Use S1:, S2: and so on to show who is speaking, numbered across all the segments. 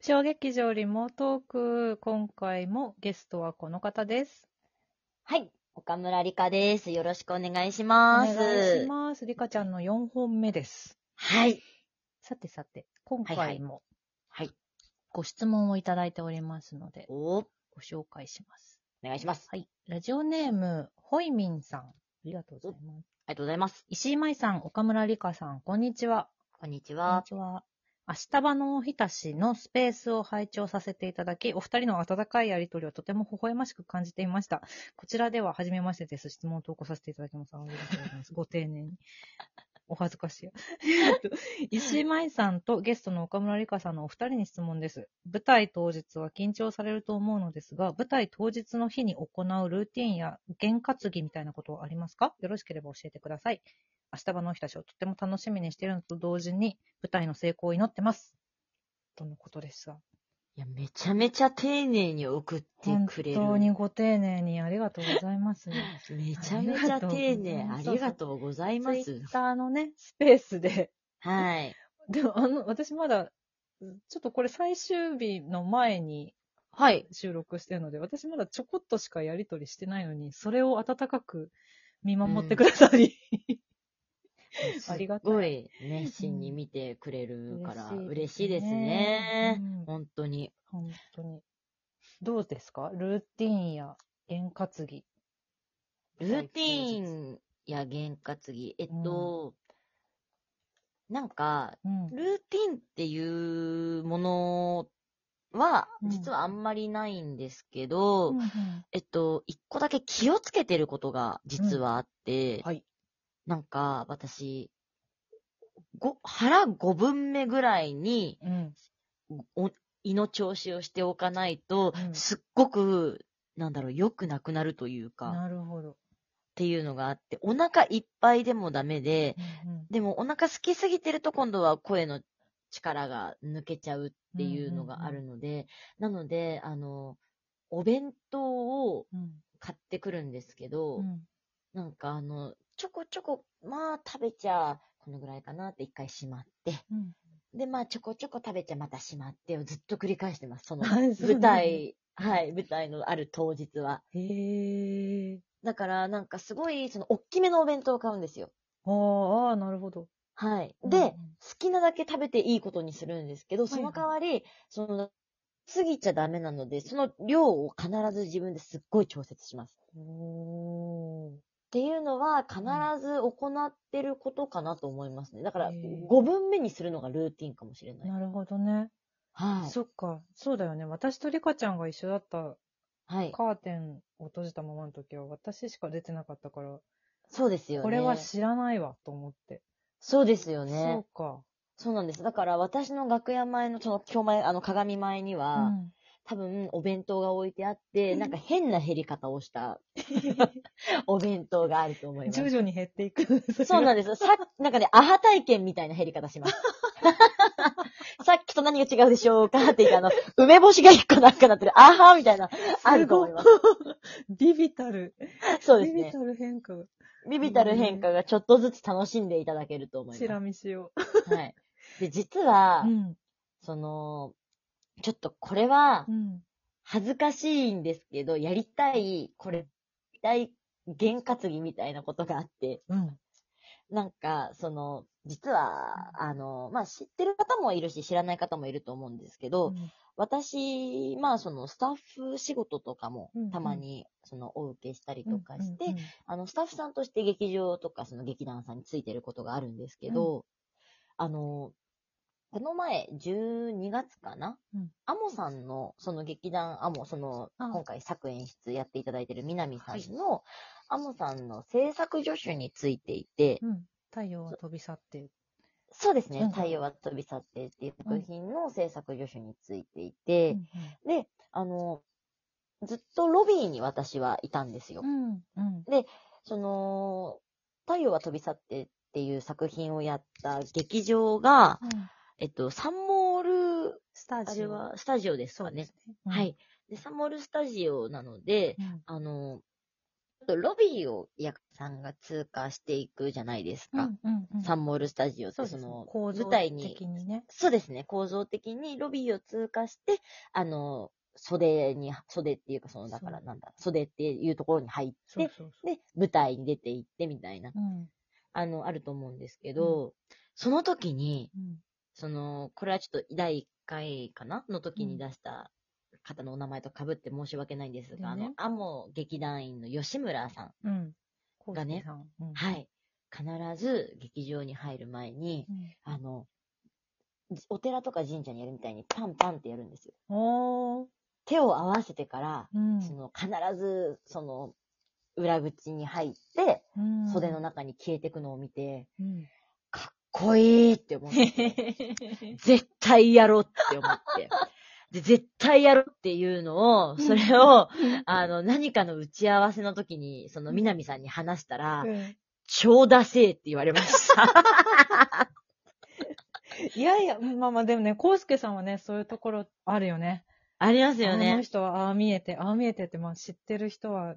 S1: 小劇場リモートーク、今回もゲストはこの方です。
S2: はい。岡村理香です。よろしくお願いします。
S1: お願いします。リカちゃんの4本目です。
S2: はい。
S1: さてさて、今
S2: はいは
S1: 回
S2: い
S1: も
S2: はい。
S1: ご質問をいただいておりますので、
S2: おお
S1: ご紹介します。
S2: 願いします。
S1: はい。ラジオネーム、ホイミンさん。ありがとうございます。
S2: ありがとうございます。
S1: 石井舞さん、岡村理香さん、こんにちは。
S2: こんにち
S1: こんに
S2: は。
S1: ちは。明日場のおひたしのスペースを拝聴させていただき、お二人の温かいやりとりをとても微笑ましく感じていました。こちらでは初めましてです。質問を投稿させていただきます。ありがとうございます。ご丁寧に。お恥ずかしい。えっと石井舞さんとゲストの岡村理香さんのお二人に質問です。舞台当日は緊張されると思うのですが、舞台当日の日に行うルーティンや験担ぎみたいなことはありますかよろしければ教えてください。明日場のおひたしをとても楽しみにしているのと同時に、舞台の成功を祈ってます。とのことですが。
S2: いや、めちゃめちゃ丁寧に送って
S1: 本
S2: くれる。
S1: 当にご丁寧にありがとうござい ます。
S2: めちゃめちゃ丁寧。
S1: あ
S2: あ
S1: りがとう
S2: りがとうございま
S1: ツイ
S2: す
S1: ッ。ターのね、スペースで。
S2: はい。
S1: でも、あの、私まだ、ちょっとこれ最終日の前に
S2: はい。
S1: 収録してるので、私まだちょこっとしかやりとりしてないのに、それを温かく見守ってくださり、 ありがたい
S2: すごい熱心に見てくれるから
S1: うん
S2: 嬉しいですね。
S1: うん
S2: 本当に。
S1: 本当に。どうですかルーティンや験担ぎ。
S2: ルーティーンや験担ぎ。えっと、なんか、
S1: うん。
S2: ルーティンっていうものは
S1: う、ん
S2: 実はあんまりないんですけど、
S1: うんうん
S2: えっと、一個だけ気をつけてることが実はあって、
S1: はい。
S2: なんか私、ご腹5分目ぐらいに
S1: うん。
S2: お胃の調子をしておかないと、
S1: うん
S2: すっごく、なんだろう、良くなくなるというか、っ
S1: なるほど。
S2: ていうのがあって、お腹いっぱいでもダメで、
S1: うんうん
S2: でもお腹空きすぎてると今度は声の力が抜けちゃうっていうのがあるので、なので、あの、お弁当を
S1: うん
S2: 買ってくるんですけど、
S1: うん
S2: なんかあの、ちょこちょこ、まあ食べちゃ、このぐらいかなって一回しまって、
S1: うん
S2: で、まあちょこちょこ食べちゃまたしまってをずっと繰り返してます。そ
S1: あ
S2: の、
S1: そう
S2: 舞
S1: なんだ
S2: 台、はい、舞台のある当日は。
S1: へえ。
S2: だから、なんかすごい、その、大きめのお弁当を買うんですよ。
S1: あーあー、なるほど。
S2: はい。
S1: うん
S2: で、
S1: うん
S2: 好きなだけ食べていいことにするんですけど、その代わり、その、過ぎちゃダメなので、その量を必ず自分ですっごい調節します。
S1: おー
S2: っていうのは、必ず行ってることかなと思いますね。だから、
S1: へー
S2: 5分目にするのがルーティンかもしれない。
S1: なるほどね。
S2: はい。
S1: そっか。そうだよね。私とリカちゃんが一緒だった
S2: はい。
S1: カーテンを閉じたままの時は私しか出てなかったから、
S2: そうですよね。
S1: これは知らないわと思って。
S2: そうですよ
S1: そ
S2: ね
S1: う。か。
S2: そうなんです。だから、私の楽屋前の、その、今日前、あの、鏡前には、
S1: うん
S2: 多分、お弁当が置いてあって、
S1: うん
S2: なんか変な減り方を した、お弁当があると思います
S1: 徐。々に減っていく。
S2: そうなん
S1: で
S2: です。さなんかね、アハ体験みたいな減り方 します。さっきと何が違うでしょうかって言って、あの、梅干しが一個なんかなってる、アハみたいな、 あると思います。
S1: す。ビビたる。
S2: そうです
S1: ビビ
S2: ね
S1: た。る変化。
S2: ビビたる変化がちょっとずつ楽しんでいただけると思い
S1: チラ
S2: ま
S1: 見しよ
S2: す。はい。で、実は
S1: う。、ん。
S2: その、ちょっとこれは
S1: う、ん。
S2: 恥ずかしいんですけど、やりたい、これ、やりたい、験担ぎみたいなことがあって、
S1: うん。
S2: なんか、その、実は、あの、まあ、知ってる方もいるし、知らない方もいると思うんですけど、私、まあ、その、スタッフ仕事とかも
S1: うんうん、
S2: たまに、その、お受けしたりとかして、
S1: うんうんうん
S2: あの、スタッフさんとして劇場とか、その劇団さんについてることがあるんですけど、あの、この前、12月かな、
S1: うん
S2: アモさんの、その劇団アモ、その、
S1: あ
S2: 今回作演出やっていただいてる南さんの、アモさんの制作助手についていて、
S1: うん。太陽は飛び去って。
S2: そうです
S1: うん
S2: ね。太陽は飛び去ってっていう
S1: うん
S2: 作品の制作助手についていて、で、あの、ずっとロビーに私はいたんですよ
S1: う。ん。うん。
S2: その、太陽は飛び去ってっていう作品をやった劇場が、えっと、サンモール、
S1: スタ
S2: あ
S1: ジ
S2: れ
S1: オ。
S2: はスタジオですかね。。は。い。で、サンモールスタジオなので、
S1: うん
S2: あの、とロビーを役さんが通過していくじゃないですか。
S1: うんうん
S2: サンモールスタジオっ
S1: そう
S2: て、
S1: です
S2: そ
S1: ね
S2: の、
S1: 構造
S2: 舞台に
S1: 的にね。
S2: そうですね、構造的にロビーを通過して、あの、袖に、袖っていうか、その、だから
S1: そう
S2: なんだ、袖っていうところに入っ
S1: そう
S2: て、
S1: そうそう。
S2: で、舞台に出て行ってみたいな、
S1: うん
S2: あの、あると思うんですけど、その時に、
S1: うん
S2: その、これはちょっと第1回かなの時に出した方のお名前と被って申し訳ないんですが、
S1: でね
S2: あの、アモ劇団員の吉村さん。
S1: うん。コ
S2: が
S1: ウス
S2: ね
S1: ケさん。うん
S2: はい。必ず劇場に入る前に、
S1: うん
S2: あの、お寺とか神社にやるみたいにパンパンってやるんですよ。
S1: おー。
S2: 手を合わせてから、
S1: うん
S2: その、必ず、その、裏口に入って、
S1: うん
S2: 袖の中に消えてくのを見て、
S1: うん
S2: かっこいいって 思って。絶対やろうって 思って。で、絶対やろうっていうのを、それを、あの、何かの打ち合わせの時に、その、南さんに話したら、
S1: うん
S2: 超ダセーって言われま した。
S1: いやいや、まあまあでもね、コウスケさんはね、そういうところあるよね。
S2: ありますよ
S1: あの
S2: ね。
S1: 人はああ見えて、ああ見えてって、まあ知ってる人は、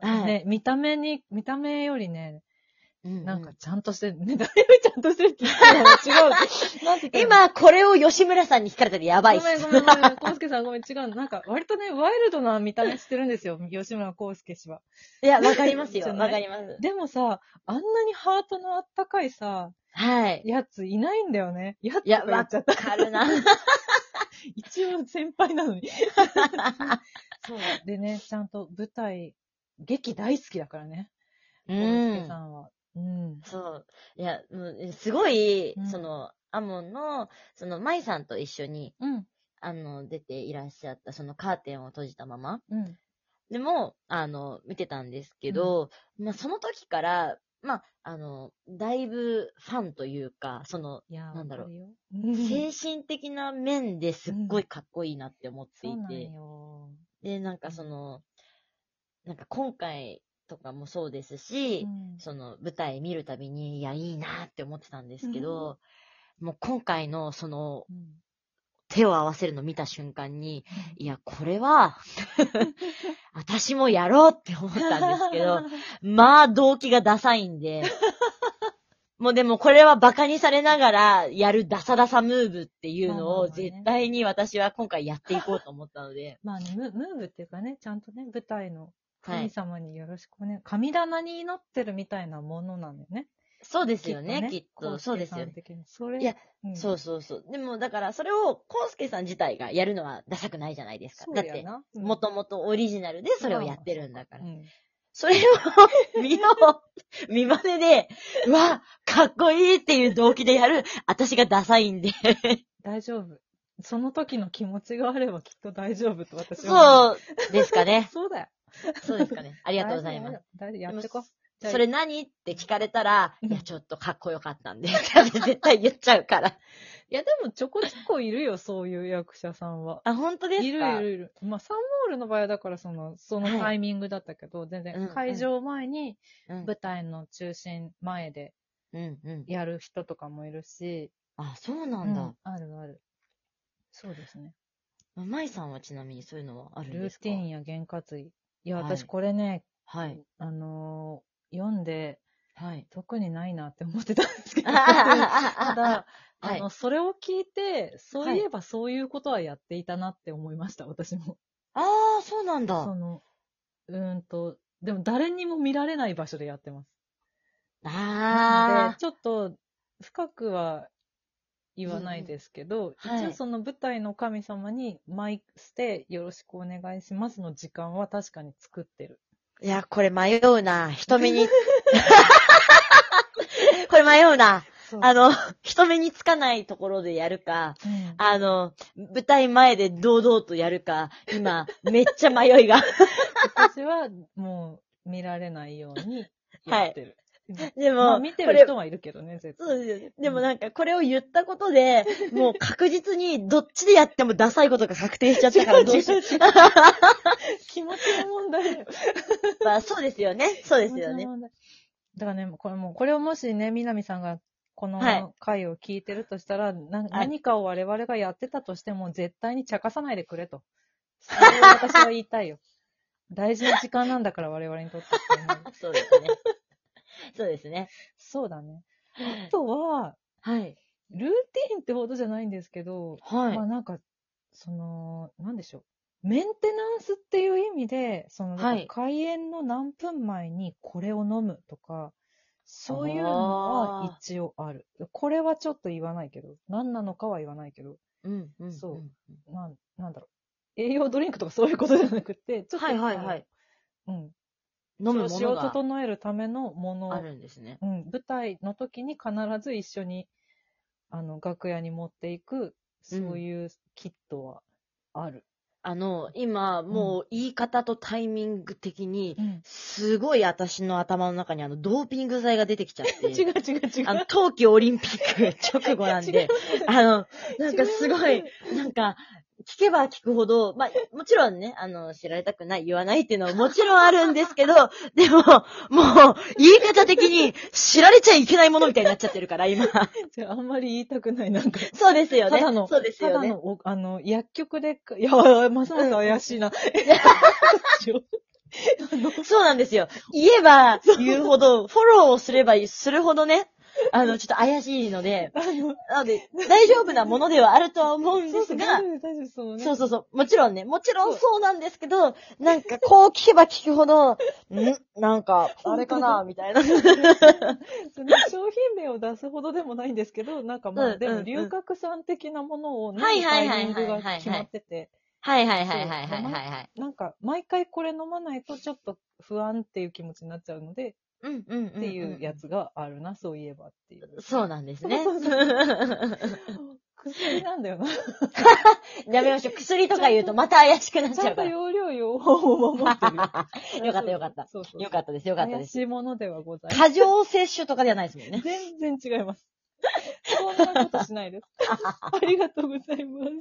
S2: はい
S1: ね、見た目に、見た目よりね、
S2: な
S1: なん
S2: ん
S1: か
S2: か、
S1: ちゃんとしてる、ね、だいぶちゃんとしてるって言ってたの違う。 なんて言ったの
S2: 今、これを吉村さんに惹かれたらやばいっ
S1: ごめん
S2: す
S1: ご。めんごめん。コウスケさんごめん違うの。なんか割とね、ワイルドな見た目してるんですよ。吉村コウスケ氏は。
S2: いや、わかります
S1: じゃ
S2: よ。
S1: ない
S2: わかります。
S1: でもさ、あんなにハートのあったかいさ、
S2: はい。
S1: やついないんだよね。やつ
S2: い
S1: と
S2: や、
S1: か言
S2: わ
S1: っちゃった。
S2: かるな。
S1: 一応先輩なの に。そう。でね、ちゃんと舞台、劇大好きだからね。
S2: う
S1: コウスケ
S2: ん
S1: さ。んは。うん。
S2: そう。いや、もうすごい、
S1: うん
S2: その、アモンの、その、マイさんと一緒に、
S1: うん。
S2: あの、出ていらっしゃった、そのカーテンを閉じたまま、
S1: うん。
S2: でも、あの、見てたんですけど、まあ、その時から、まあ、あの、だいぶファンというか、その、
S1: いやー、
S2: なんだろう
S1: わかるよ。うん
S2: 精神的な面ですっごいかっこいいなって思ってい
S1: そうなん
S2: て、
S1: よ。
S2: で、なんかその、なんか今回とかもそうですし、
S1: うん
S2: その舞台見るたびに、いや、いいなって思ってたんですけど、もう今回のその
S1: うん
S2: 手を合わせるの見た瞬間に、いや、これは、 私もやろうって思ったんですけど、まあ動機がダサいんで、もうでもこれはバカにされながらやるダサダサムーブっていうの
S1: ま
S2: を
S1: あまあまあね
S2: 絶対に私は今回やっていこうと思ったので、
S1: まあね、ムムーブっていうかね、ちゃんとね、舞台の
S2: は
S1: 神
S2: い。
S1: 様によろしくね、神棚に祈ってるみたいなものなんだよね。
S2: そうです
S1: きっ
S2: よ
S1: と
S2: ね、きっ
S1: コ
S2: と。
S1: ウス
S2: そう
S1: ケ
S2: です
S1: さ
S2: よ
S1: ん
S2: ね。
S1: 的にそれ、
S2: いや
S1: ん
S2: そうそうそう。でも、だから、それを、コウスケさん自体がやるのはダサくないじゃないですか
S1: そ。う
S2: だっ
S1: や
S2: て、
S1: な。うん
S2: もともとオリジナルでそれをやってるんだから
S1: う。ん
S2: それを、見よう、見真似 で、うわ、かっこいいっていう動機でやる、私がダサいんで。
S1: 大丈夫。その時の気持ちがあればきっと大丈夫と私は思う。
S2: そうですか ね。
S1: そうだよ。
S2: そうですかね。あ
S1: あ
S2: りがとうございます。。
S1: 大丈夫、やってこ。じゃあ
S2: それ何って聞かれたら、
S1: うん
S2: いや、ちょっとかっこよかったんで、って絶対言っちゃうから。
S1: いや、でもちょこちょこいるよ、そういう役者さんは。
S2: あ、本当ですか
S1: いるいるいる。まあ、サンモールの場合は、だからその、その
S2: はい
S1: タイミングだったけど、全
S2: うんう
S1: 然
S2: ん
S1: 会場前に
S2: うん
S1: 舞台の中心前で
S2: うんうん。
S1: やる人とかもいるし、
S2: あ、そうな
S1: うん
S2: だ。
S1: あるある。そうですね。
S2: まいさんはちなみにそういうのはあるん
S1: ル
S2: で
S1: ー
S2: すか
S1: ティンや験担ぎ。いや、
S2: はい
S1: 私これね、
S2: はい。
S1: あのー読んで、
S2: はい。
S1: 特にないなって思ってたんですけど。
S2: ああ
S1: た
S2: ああああ
S1: だ、
S2: は
S1: あ
S2: い
S1: の、それを聞いて、そういえばそういうことはやっていたなって思いました、私も。
S2: あー、そうなん
S1: そ
S2: だ。
S1: の、うーんと、でも誰にも見られない場所でやってます。なの
S2: あ
S1: で、ちょっと、深くは言わないですけど、
S2: うんうん
S1: 一
S2: は
S1: 応
S2: い
S1: その舞台の神様に、マイクステよろしくお願いしますの時間は確かに作ってる。
S2: ー。いや、これ迷うな。人目に。 これ迷うな。あの、人目につかないところでやるか、
S1: うん、
S2: あの、舞台前で堂々とやるか、今、めっちゃ迷いが。
S1: 私はもう見られないようにやってる。
S2: で
S1: まあ
S2: も、
S1: 見て
S2: こ
S1: る
S2: れ
S1: 人はいるけどね、絶
S2: そ
S1: 対。
S2: うですよね。でもなんか、これを言ったことで、もう確実に、どっちでやってもダサいことが確定しちゃった から、どうしよう。
S1: 違う違う気持ちの問題 だよ。
S2: まあそうですよね。そうですよ
S1: 気持ち
S2: ね
S1: の。問題だからね、これもう、これをもしね、南さんがこ
S2: はい
S1: の回を聞いてるとしたら、な何かを我 々がやってたとしても、絶対に茶化さないでくれと。それを私は言いたいよ。大事な時間なんだから、我々にとってっていうのは。
S2: そうですね。そうですね。
S1: そうだね。あとは、
S2: はい。
S1: ルーティーンってほどじゃないんですけど、
S2: はい
S1: まあなんか、その、なんでしょう。メンテナンスっていう意味で、その、
S2: はい
S1: 開演の何分前にこれを飲むとか、そういうのは一応ある。これはちょっと言わないけど、何なのかは言わないけど、
S2: うん、うん。。
S1: そうんなん、なんだろう。栄養ドリンクとかそういうことじゃなくて、ちょっと、
S2: はいはいはい。
S1: あの。うん。
S2: 飲むも
S1: 調
S2: の
S1: 子を
S2: が
S1: 整えるためのもの
S2: あるんですね。
S1: うん、舞台の時に必ず一緒にあの楽屋に持っていくそういうキットはある、
S2: あの、今、もう言い方とタイミング的に、すごい私の頭の中にあの、ドーピング剤が出てきちゃって。
S1: 違う違う違う
S2: あの、冬季オリンピック直後な ん
S1: 違
S2: で
S1: う、
S2: あの、なんかすご
S1: 違、
S2: いうなんか、聞けば聞くほど、まあ、もちろんね、あの、知られたくない、言わないっていうのは もちろんあるんですけど、でも、もう、言い方的に、知られちゃいけないものみたいになっちゃってるか ら、今。
S1: じゃああんまり言いたくないなんか
S2: そうですよね。
S1: ただの
S2: そうです
S1: た
S2: よ
S1: だ
S2: ね。
S1: のおあの薬局でかいやますます怪しいな、あの
S2: そうなんですよ。言えば言うほど、フォローをすればするほどね、あの、ちょっと怪しいので、
S1: あの
S2: なので、大丈夫なものではあるとは思うん
S1: そ
S2: で
S1: うそ
S2: す
S1: う
S2: が
S1: 大、丈夫大丈夫そうね
S2: そうそうそう。もちろんね、もちろんそうなんですけど、なんかこう聞けば聞くほど、 んなんか、あれかなみたいな。
S1: その商品名を出すほどでもないんですけどなんかまあ、
S2: うん
S1: で
S2: うんう
S1: も
S2: ん
S1: 龍角散的なものを飲む
S2: はいは
S1: タ
S2: いはい
S1: イミ
S2: はい
S1: ング
S2: はいはい
S1: が決まってて
S2: はいはいはいはいはいはいはい。
S1: なんか、毎回これ飲まないとちょっと不安っていう気持ちになっちゃうので、
S2: うんうんうん。
S1: っていうや。つがあるな、そういえばっていう。
S2: そうなんですね
S1: そう。薬なんだ よな。ち
S2: やめましょう。薬とか言うとまた怪しくなっち
S1: ゃ
S2: ゃ
S1: ん
S2: う
S1: と
S2: から。よ
S1: 容量、用法を守ってる。
S2: かった よかった。
S1: そうそう。
S2: よかったですよかったで
S1: 怪
S2: す。
S1: しいものではございま
S2: 過剰摂取とかではないですも
S1: せん。
S2: んね。
S1: 全然違います。そんなことしないです。ありがとうございます。